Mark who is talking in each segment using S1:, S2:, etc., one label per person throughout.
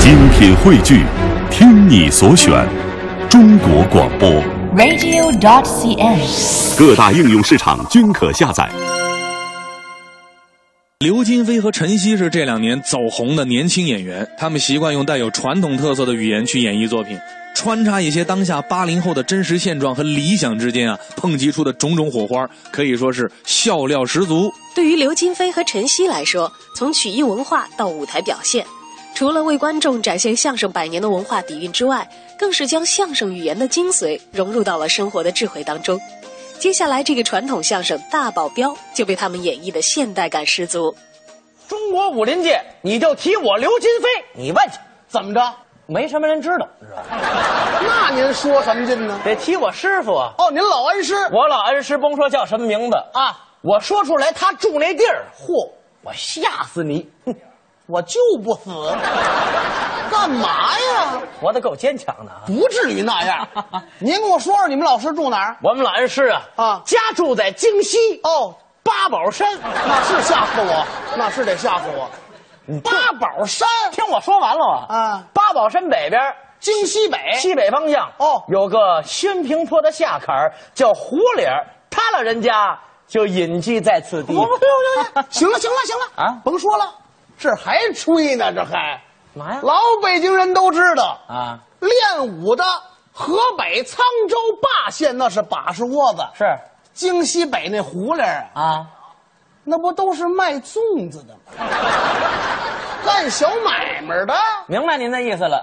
S1: 精品汇聚，听你所选，中国广播。
S2: radio.cn。
S1: 各大应用市场均可下载。
S3: 刘金飞和陈曦是这两年走红的年轻演员，他们习惯用带有传统特色的语言去演绎作品，穿插一些当下八零后的真实现状和理想之间啊碰击出的种种火花，可以说是笑料十足。
S4: 对于刘金飞和陈曦来说，从曲艺文化到舞台表现，除了为观众展现相声百年的文化底蕴之外，更是将相声语言的精髓融入到了生活的智慧当中。接下来，这个传统相声《大保镖》就被他们演绎的现代感十足。
S5: 中国武林界，你就提我刘金飞，你问去怎么着？没什么人知道，知道吧
S6: 那您说什么劲呢？
S5: 得提我师傅啊！
S6: 哦，您老恩师，
S5: 我老恩师，甭说叫什么名字啊，我说出来他住那地儿，嚯，我吓死 你！哼
S6: 我就不死，干嘛呀？
S5: 活得够坚强的啊！
S6: 不至于那样。 您给我说说，你们老师住哪儿？
S5: 我们老恩师啊，
S6: 啊
S5: 家住在京西
S6: 哦，
S5: 八宝山。
S6: 那是吓死我，那是得吓死我。八宝山，
S5: 听我说完了
S6: 啊
S5: 八宝山北边
S6: 京西北，
S5: 西北方向
S6: 哦
S5: 有个宣平坡的下坎儿叫胡岭儿，他老人家就隐居在此地。
S6: 不不不不不 行了行了行了
S5: 啊
S6: 啊，甭说了，这还吹呢，这还
S5: 嘛呀？
S6: 老北京人都知道
S5: 啊，
S6: 练武的河北沧州霸县那是把式窝子，
S5: 是
S6: 京西北那胡来儿啊。
S5: 啊，
S6: 那不都是卖粽子的吗？ 干小买卖的。
S5: 明白您的意思了。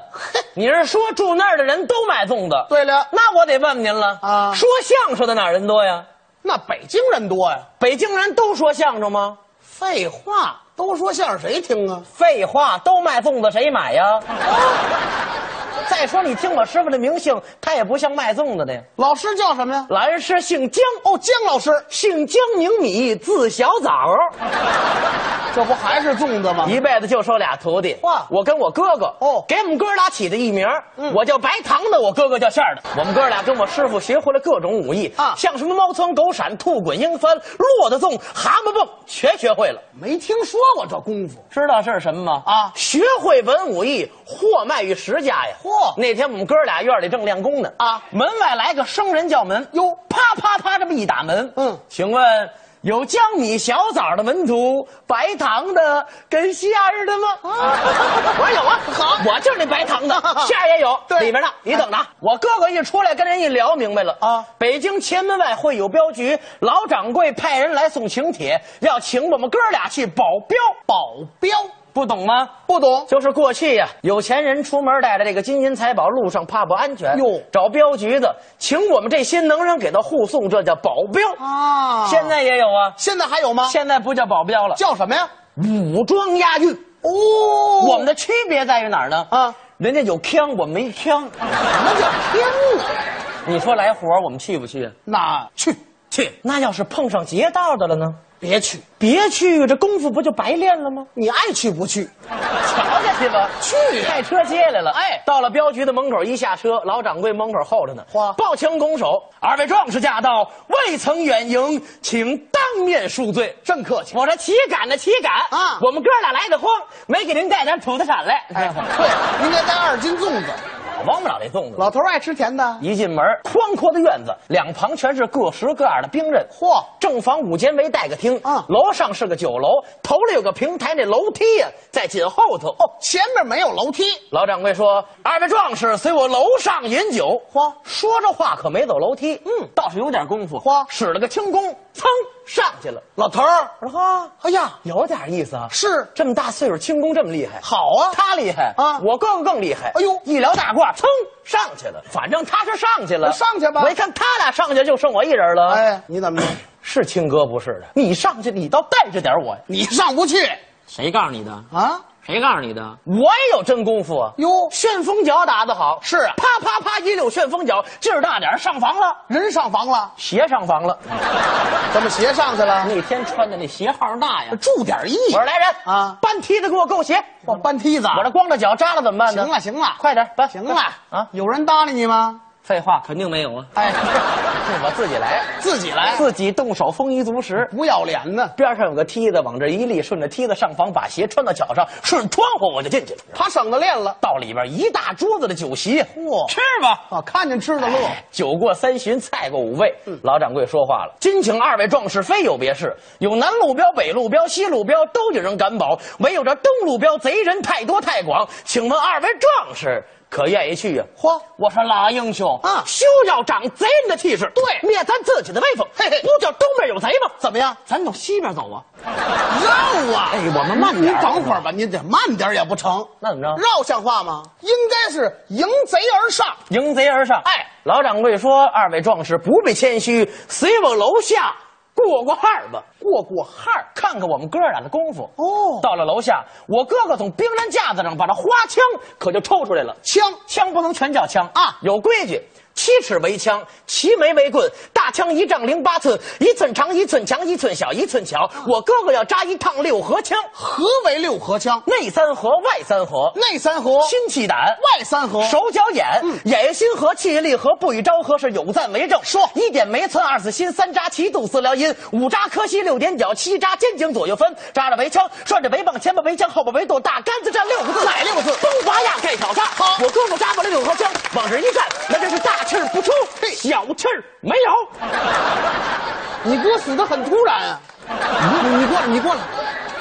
S5: 你是说住那儿的人都买粽子？
S6: 对了，
S5: 那我得问问您了
S6: 啊
S5: 说相声的哪儿人多呀？
S6: 那北京人多呀。
S5: 北京人都说相声吗？
S6: 废话，都说相声谁听啊？
S5: 废话，都卖粽子谁买 呀？再说你听我师傅的名姓，他也不像卖粽子的呀。
S6: 老师叫什么呀？
S5: 老人师姓姜，
S6: 哦，姜老师，
S5: 姓姜名米，字小枣。
S6: 这不还是粽子吗？
S5: 一辈子就收俩徒弟，
S6: 哇
S5: 我跟我哥哥
S6: 哦嗯
S5: 给我们哥俩起的艺名，我叫白糖的，我哥哥叫馅儿的。我们哥俩跟我师傅学会了各种武艺
S6: 啊
S5: 像什么猫窜、狗闪、兔滚、鹰翻、骆驼纵、蛤蟆蹦，全学会了。
S6: 没听说过这功夫。
S5: 知道这是什么吗？
S6: 啊
S5: 学会文武艺，货卖与实家呀。
S6: 嚯
S5: 那天我们哥俩院里正练功呢，
S6: 啊
S5: 门外来个生人叫门，哟，啪啪啪这么一打门，
S6: 嗯
S5: 请问有江米小枣的门徒，白糖的跟馅儿的吗？我说有啊，好，我就是那白 糖的，馅儿也有，
S6: 对
S5: 里边的你等着。我哥哥一出来跟人一聊明白了
S6: 啊
S5: 北京前门外会有镖局，老掌柜派人来送请帖，要请我们哥俩去保镖，保
S6: 彪，
S5: 不懂吗？
S6: 不懂。
S5: 就是过去呀、有钱人出门带着这个金银财宝，路上怕不安全，
S6: 哟
S5: 找镖局的，请我们这些能人给他护送，这叫保镖。
S6: 啊
S5: 现在也有啊，
S6: 现在还有吗？
S5: 现在不叫保镖了，
S6: 叫什么呀？
S5: 武装押运。
S6: 哦，
S5: 我们的区别在于哪儿呢？
S6: 啊，
S5: 人家有枪，我没 枪。
S6: 什么叫天啊？
S5: 你说来活儿我们去不去？
S6: 那去
S5: 去。那要是碰上劫道的了呢？
S6: 别去，
S5: 别去，这功夫不就白练了吗？
S6: 你爱去不去？
S5: 瞧瞧去吧，
S6: 去呀
S5: 派车接来了。
S6: 哎
S5: 到了镖局的门口，一下车，老掌柜门口候着呢
S6: 嚯。
S5: 抱拳拱手，二位壮士驾到，未曾远迎，请当面恕罪。
S6: 真客气。
S5: 我说岂敢呢，岂敢
S6: 啊
S5: 我们哥俩来的慌，没给您带点土特产来。
S6: 哎，对，应该带二斤粽子。
S5: 忘不了这粽子。
S6: 老头儿爱吃甜的。
S5: 一进门，宽阔的院子，两旁全是各式各样的兵刃。
S6: 嚯
S5: 正房五间为带个厅，
S6: 啊
S5: 楼上是个酒楼，头里有个平台，那楼梯呀、在紧后头。哦，
S6: 前面没有楼梯，
S5: 老掌柜说：“二位壮士随我楼上饮酒。”
S6: 嚯
S5: 说着话可没走楼梯，嗯，倒是有点功夫。
S6: 嚯
S5: 使了个轻功，噌上去了。
S6: 老头儿，
S5: 我说：“哈，
S6: 哎呀，
S5: 有点意思啊！
S6: 是
S5: 这么大岁数，轻功这么厉害，
S6: 好啊
S5: 他厉害
S6: 啊
S5: 我哥哥更厉害。
S6: 哎呦
S5: 一撩大褂，噌上去了。反正他是上去了，
S6: 上去吧
S5: 我一看他俩上去就剩我一人了。哎，
S6: 哎，你怎 么着？
S5: 是亲哥不是的，你上去你倒带着点我呀。
S6: 你上不去
S5: 谁告诉你的？
S6: 啊？
S5: 谁告诉你的？我也有真功夫啊！
S6: 哟
S5: 旋风脚打得好，
S6: 是啊
S5: 啪啪啪一溜旋风脚，劲儿大点儿上房了，
S6: 人上房了，
S5: 鞋上房了。
S6: 怎么鞋上去了？
S5: 那天穿的那鞋号大呀！
S6: 注点意。
S5: 我说来人
S6: 啊
S5: 搬梯子给我够鞋。
S6: 我搬梯子啊，
S5: 我这光着脚扎了怎么办呢？
S6: 行了行了，
S5: 快点搬
S6: 行了
S5: 啊
S6: 啊！有人搭理你吗？
S5: 废话，肯定没有啊。
S6: 哎，
S5: 是我自己来，
S6: 自己来
S5: 自己动手，丰衣足食。
S6: 不要脸呢！
S5: 边上有个梯子，往这一立，顺着梯子上房，把鞋穿到脚上，顺窗户我就进去了。
S6: 他省得练了。
S5: 到里边一大桌子的酒席，
S6: 嚯
S5: 吃吧。
S6: 啊，看见吃的乐，
S5: 哎酒过三巡，菜过五味。
S6: 嗯
S5: 老掌柜说话了：“今请二位壮士，非有别事，有南路标、北路标、西路标，都有人赶保，唯有这东路标贼人太多太广。请问二位壮士可愿意去呀、
S6: 嚯
S5: 我说老英雄
S6: 啊
S5: 休要长贼人的气势，
S6: 对
S5: 灭咱自己的威风。
S6: 嘿嘿
S5: 不叫东边有贼吗？
S6: 怎么样？
S5: 咱从西边走啊！
S6: 绕啊！
S5: 哎我们慢点儿
S6: 你等会儿吧，您得慢点儿也不成。
S5: 那怎么着
S6: 绕像话吗？应该是迎贼而上。
S5: 迎贼而上。
S6: 哎，
S5: 老掌柜说：“二位壮士不必谦虚，随我楼下过过汉儿吧，过过汉儿，看看我们哥俩的功夫。”
S6: 哦
S5: 到了楼下，我哥哥从冰山架子上把那花枪可就抽出来了。
S6: 枪
S5: 枪不能全叫枪
S6: 啊
S5: 有规矩。七尺为枪，齐眉为棍，大枪一丈零八寸，一寸长，一寸强，一寸小，一寸巧。我哥哥要扎一趟六啊合枪，
S6: 何为六合枪？
S5: 内三合，外三合，
S6: 内三合，
S5: 心气胆，
S6: 外三合。嗯
S5: 手脚眼，眼心合，气力合，不与昭和，是有赞为证。
S6: 说
S5: 一点眉寸，二字心，三扎齐肚，四撩阴，五扎磕膝，六点脚，七扎肩颈，左右分，扎着围枪，拴着围棒，前边围枪，后边围肚，大杆子站六个字，
S6: 哪六个字
S5: 东华亚盖挑杀。
S6: 好
S5: 我哥哥扎过来六合枪，往这一站，那真是大气儿不出，小气儿没有。
S6: 你哥死的很突然啊！你你过来，你过来，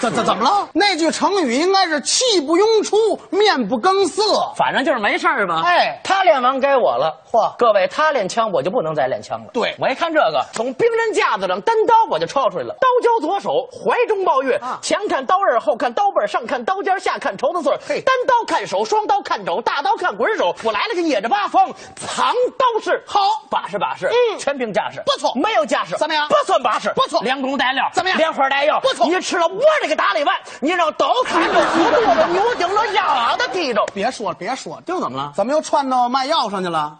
S6: 怎怎怎么了？那句成语应该是气不拥出，面不更色。
S5: 反正就是没事儿嘛。
S6: 哎
S5: 他练完该我了。
S6: 嚯
S5: 各位，他练枪，我就不能再练枪了。
S6: 对
S5: 我一看这个，从冰山架子上单刀我就抄出来了，刀交左手，怀中抱月，
S6: 啊
S5: 前看刀刃，后看刀背，上看刀尖，下看绸子穗儿，
S6: 嘿
S5: 单刀看手，双刀看肘，大刀看滚手，我来了个野着八方，藏刀式，好，把式把式，
S6: 嗯
S5: 全凭架势，
S6: 不错
S5: 没有架势
S6: 怎么样
S5: 不算把式，
S6: 不错
S5: 连工带料，
S6: 怎么样
S5: 连花带药，
S6: 不错
S5: 你吃了我这个打里外，你让刀砍 着糊涂我的牛顶着牙的踢着。
S6: 别说了，别说了，
S5: 又怎么了？
S6: 怎么又串到卖药上去 了？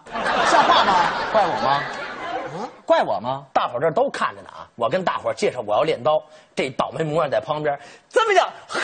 S6: 像话吗？
S5: 怪我
S6: 啊
S5: 吗？怪我吗？大伙儿这儿都看着呢啊！我跟大伙儿介绍我要练刀，这倒霉模样在旁边，怎么样？嘿，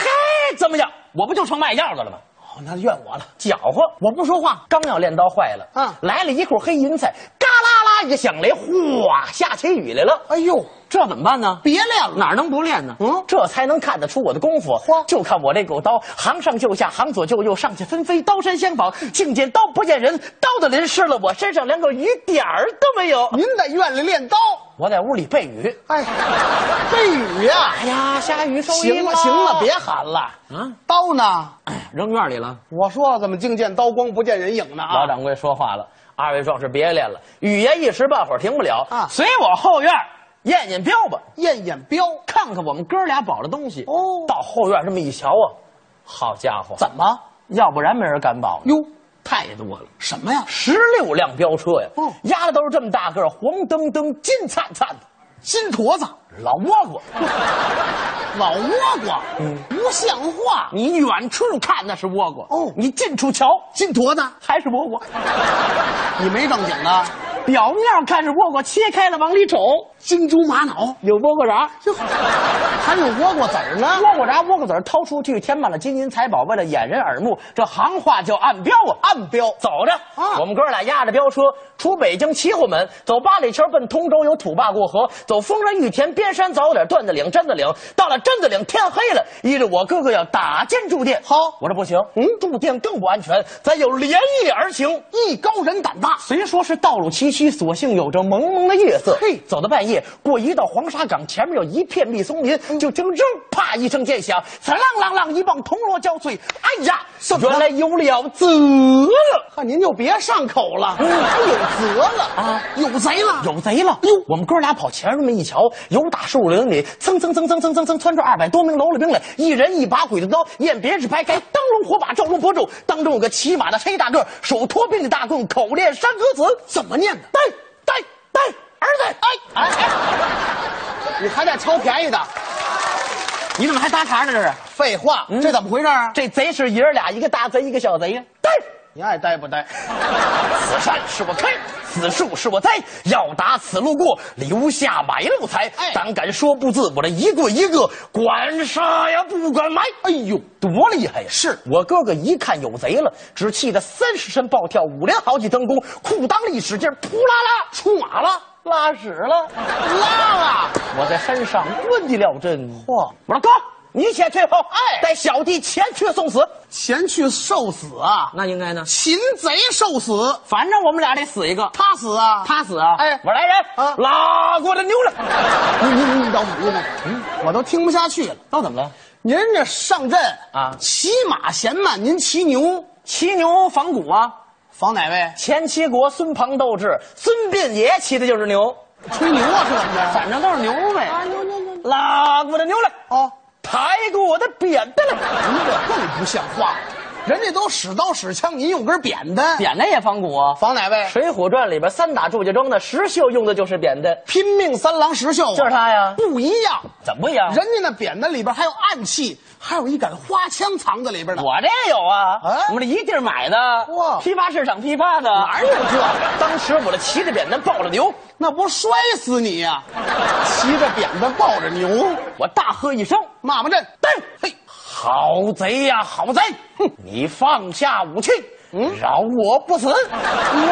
S5: 怎么样？我不就成卖药的了吗？
S6: 哦，那怨我了。
S5: 搅和！我不说话，刚要练刀坏了，
S6: 嗯
S5: 来了一股黑银菜，嘎啦啦一个响雷，哗，下起雨来了。
S6: 哎呦，
S5: 这怎么办呢？
S6: 别练了，
S5: 哪能不练呢？
S6: 嗯
S5: 这才能看得出我的功夫。
S6: 嚯
S5: 就看我这狗刀，行上就下，行左就右，上下纷飞，刀山相仿，竟见刀不见人，刀的淋湿了我身上，连个雨点儿都没有。
S6: 您在院里练刀。
S5: 我在屋里背雨。
S6: 哎，背雨呀、
S5: 哎呀，下雨收
S6: 行
S5: 音
S6: 了行了，别喊了
S5: 啊！
S6: 刀呢？
S5: 扔院里了。
S6: 我说怎么净见刀光不见人影呢
S5: 老
S6: 啊？
S5: 掌柜说话了：“二位壮士别练了，语言一时半会儿停不了
S6: 啊
S5: 随我后院验验标吧，
S6: 验眼标
S5: 看看我们哥俩保的东西。”
S6: 哦
S5: 到后院这么一瞧啊，好家伙，
S6: 怎么？
S5: 要不然没人敢保呢。
S6: 哟，
S5: 太多了。
S6: 什么呀？
S5: 十六辆飙车呀，
S6: 哦
S5: 压的都是这么大个儿，黄澄澄、金灿灿的
S6: 金坨子，
S5: 老倭 瓜。
S6: 老倭瓜，不像话。
S5: 你远处看那是倭瓜，
S6: 哦
S5: 你近处瞧
S6: 金坨子，
S5: 还是倭瓜。
S6: 你没正经啊的，
S5: 表面看是倭瓜，切开了往里瞅，
S6: 金猪玛瑙，
S5: 有倭瓜瓤。
S6: 哟，还有倭瓜子儿呢。
S5: 倭瓜瓤、倭瓜子儿掏出去，填满了金银财宝，为了掩人耳目，这行话叫暗标啊！暗标，走着，
S6: 啊
S5: 我们哥俩押着飙车出北京齐护门，走八里桥奔通州，由土坝过河，走丰润玉田边山，早点段子岭、榛子岭，到了榛子岭天黑了，依着我哥哥要打尖住店。
S6: 好
S5: 我说不行，嗯，住店更不安全，咱有连夜而行。
S6: 艺高人胆大，
S5: 虽说是道路崎岖，所幸有着蒙蒙的夜色。
S6: 嘿
S5: 走到半夜，过一道黄沙岗，前面有一片密松林，就听扔啪一声剑响，刺啷啷啷一棒铜锣交脆。哎呀，
S6: 么了
S5: 原来有了辙了，
S6: 呵，您就别上口了，还有辙了
S5: 啊，
S6: 有贼了，
S5: 有贼了！
S6: 哟
S5: 我们哥俩跑前面那么一瞧，有打树林里，蹭蹭蹭蹭蹭蹭蹭窜出二百多名喽啰兵来，一人一把鬼子刀，验别致拍开，灯笼火把照龙搏柱，当中有个骑马的黑大个，手托并的大棍，口念山歌子，
S6: 怎么念的？
S5: 呆呆呆，儿子，哎哎哎！
S6: 你还在挑便宜的？
S5: 你怎么还搭茬呢？这是嗯
S6: 废话，这怎么回事啊？
S5: 这贼是爷儿俩，一个大贼，一个小贼呀！呆，
S6: 你爱呆不呆？
S5: 此山是我开，此树是我栽，要打此路过，留下买路财。
S6: 哎
S5: 胆敢说不字，我这一个一个管杀呀，不管埋。哎呦，多厉害呀！
S6: 是
S5: 我哥哥一看有贼了，只气得三十身暴跳，五连好几蹬功，裤裆里一使劲，扑啦啦出马了。拉屎了，
S6: 拉了。
S5: 我在山上问你了真。嚯！我说哥，你先退后，哎，带小弟前去送死。
S6: 前去受死啊！
S5: 那应该呢？
S6: 擒贼受死，
S5: 反正我们俩得死一个，
S6: 他死啊！
S5: 他死啊！
S6: 哎
S5: 我来人
S6: 啊
S5: 拉过来牛来。
S6: 你你你等会儿，嗯，我都听不下去了。
S5: 那怎么了？
S6: 您这上阵
S5: 啊
S6: 骑马嫌慢，您骑牛，
S5: 骑牛仿古啊！
S6: 防哪位？
S5: 前七国孙庞斗智，孙膑爷骑的就是牛，
S6: 吹牛啊，是怎么着？
S5: 反正都是牛
S6: 啊，
S5: 呗。
S6: 牛牛牛！
S5: 拉过来牛来，
S6: 哦，
S5: 抬过我的扁担来。
S6: 您这更不像话了，人家都使刀使枪，您用根扁担，
S5: 扁担也仿古啊！
S6: 防哪位？
S5: 《水浒传》里边三打祝家庄的石秀用的就是扁担，
S6: 拼命三郎石秀啊，
S5: 就是他呀。
S6: 不一样。
S5: 怎么不一样
S6: 人家那扁担里边还有暗器，还有一杆花枪藏在里边 呢。
S5: 我这也有啊，
S6: 啊
S5: 我们这一地儿买的，
S6: 哇
S5: 批发市场批发的，
S6: 哪有这个？
S5: 当时我这骑着扁担抱着牛，
S6: 那不摔死你呀、骑着扁担抱着牛，
S5: 我大喝一声
S6: 骂骂阵，
S5: 对，嘿，好贼呀、好贼！哼，你放下武器，
S6: 嗯
S5: 饶我不死！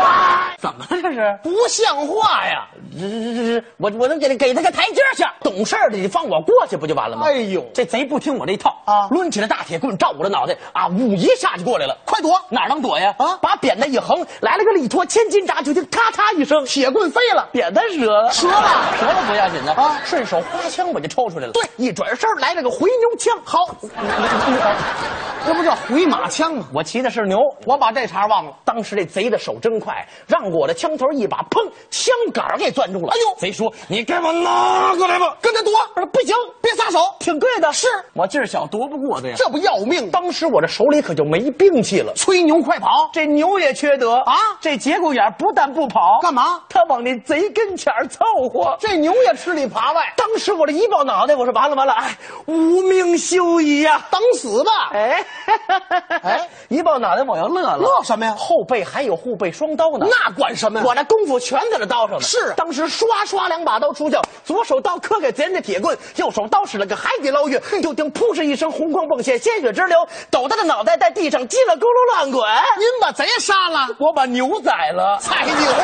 S5: 哇，怎么了这是？
S6: 不像话呀！
S5: 这这这这，我我能给他给他个台阶下，懂事儿的你放我过去不就完了吗？
S6: 哎呦
S5: 这贼不听我这一套
S6: 啊
S5: 抡起了大铁棍照我的脑袋啊，呜一下就过来了，
S6: 快躲！
S5: 哪能躲呀？
S6: 啊
S5: 把扁担一横，来了个力托千斤闸，就听咔嚓一声，
S6: 铁棍飞了，
S5: 扁担折了，
S6: 折了
S5: 折了不要紧的
S6: 啊
S5: 顺手花枪我就抽出来了。
S6: 对
S5: 一转身来了个回牛枪，好，
S6: 这不叫回马枪吗？
S5: 我骑的是牛，
S6: 我把这茬忘了。
S5: 当时这贼的手真快，让我的枪头一把，砰，枪杆儿给攥住了。
S6: 哎呦
S5: 贼说：“你给我拉过来吧！”
S6: 跟他躲，
S5: 我说：“不行，
S6: 别撒手，
S5: 挺贵的。”
S6: 是
S5: 我劲儿小，夺不过的呀。
S6: 这不要命吗？
S5: 当时我这手里可就没兵器了。
S6: 吹牛快跑！
S5: 这牛也缺德
S6: 啊
S5: 这节骨眼儿不但不跑，
S6: 干嘛
S5: 他往那贼跟前儿凑合。
S6: 这牛也吃里扒外，
S5: 当时我这一抱脑袋，我说完了完了，哎，无命休矣呀、
S6: 等死吧！
S5: 哎，哎， 一抱脑袋我又乐了，
S6: 乐什么呀
S5: 后背还有护背双刀呢，
S6: 那管什么呀
S5: 我那功夫全在这刀上呢。
S6: 是
S5: 当时唰唰两把刀出鞘，左手刀磕给贼人的铁棍，右手刀使了个海底捞月，就听扑哧一声红光迸现，鲜血直流，斗他的脑袋在地上叽里咕噜乱滚。
S6: 您把贼杀了，
S5: 我把牛宰了。
S6: 踩牛。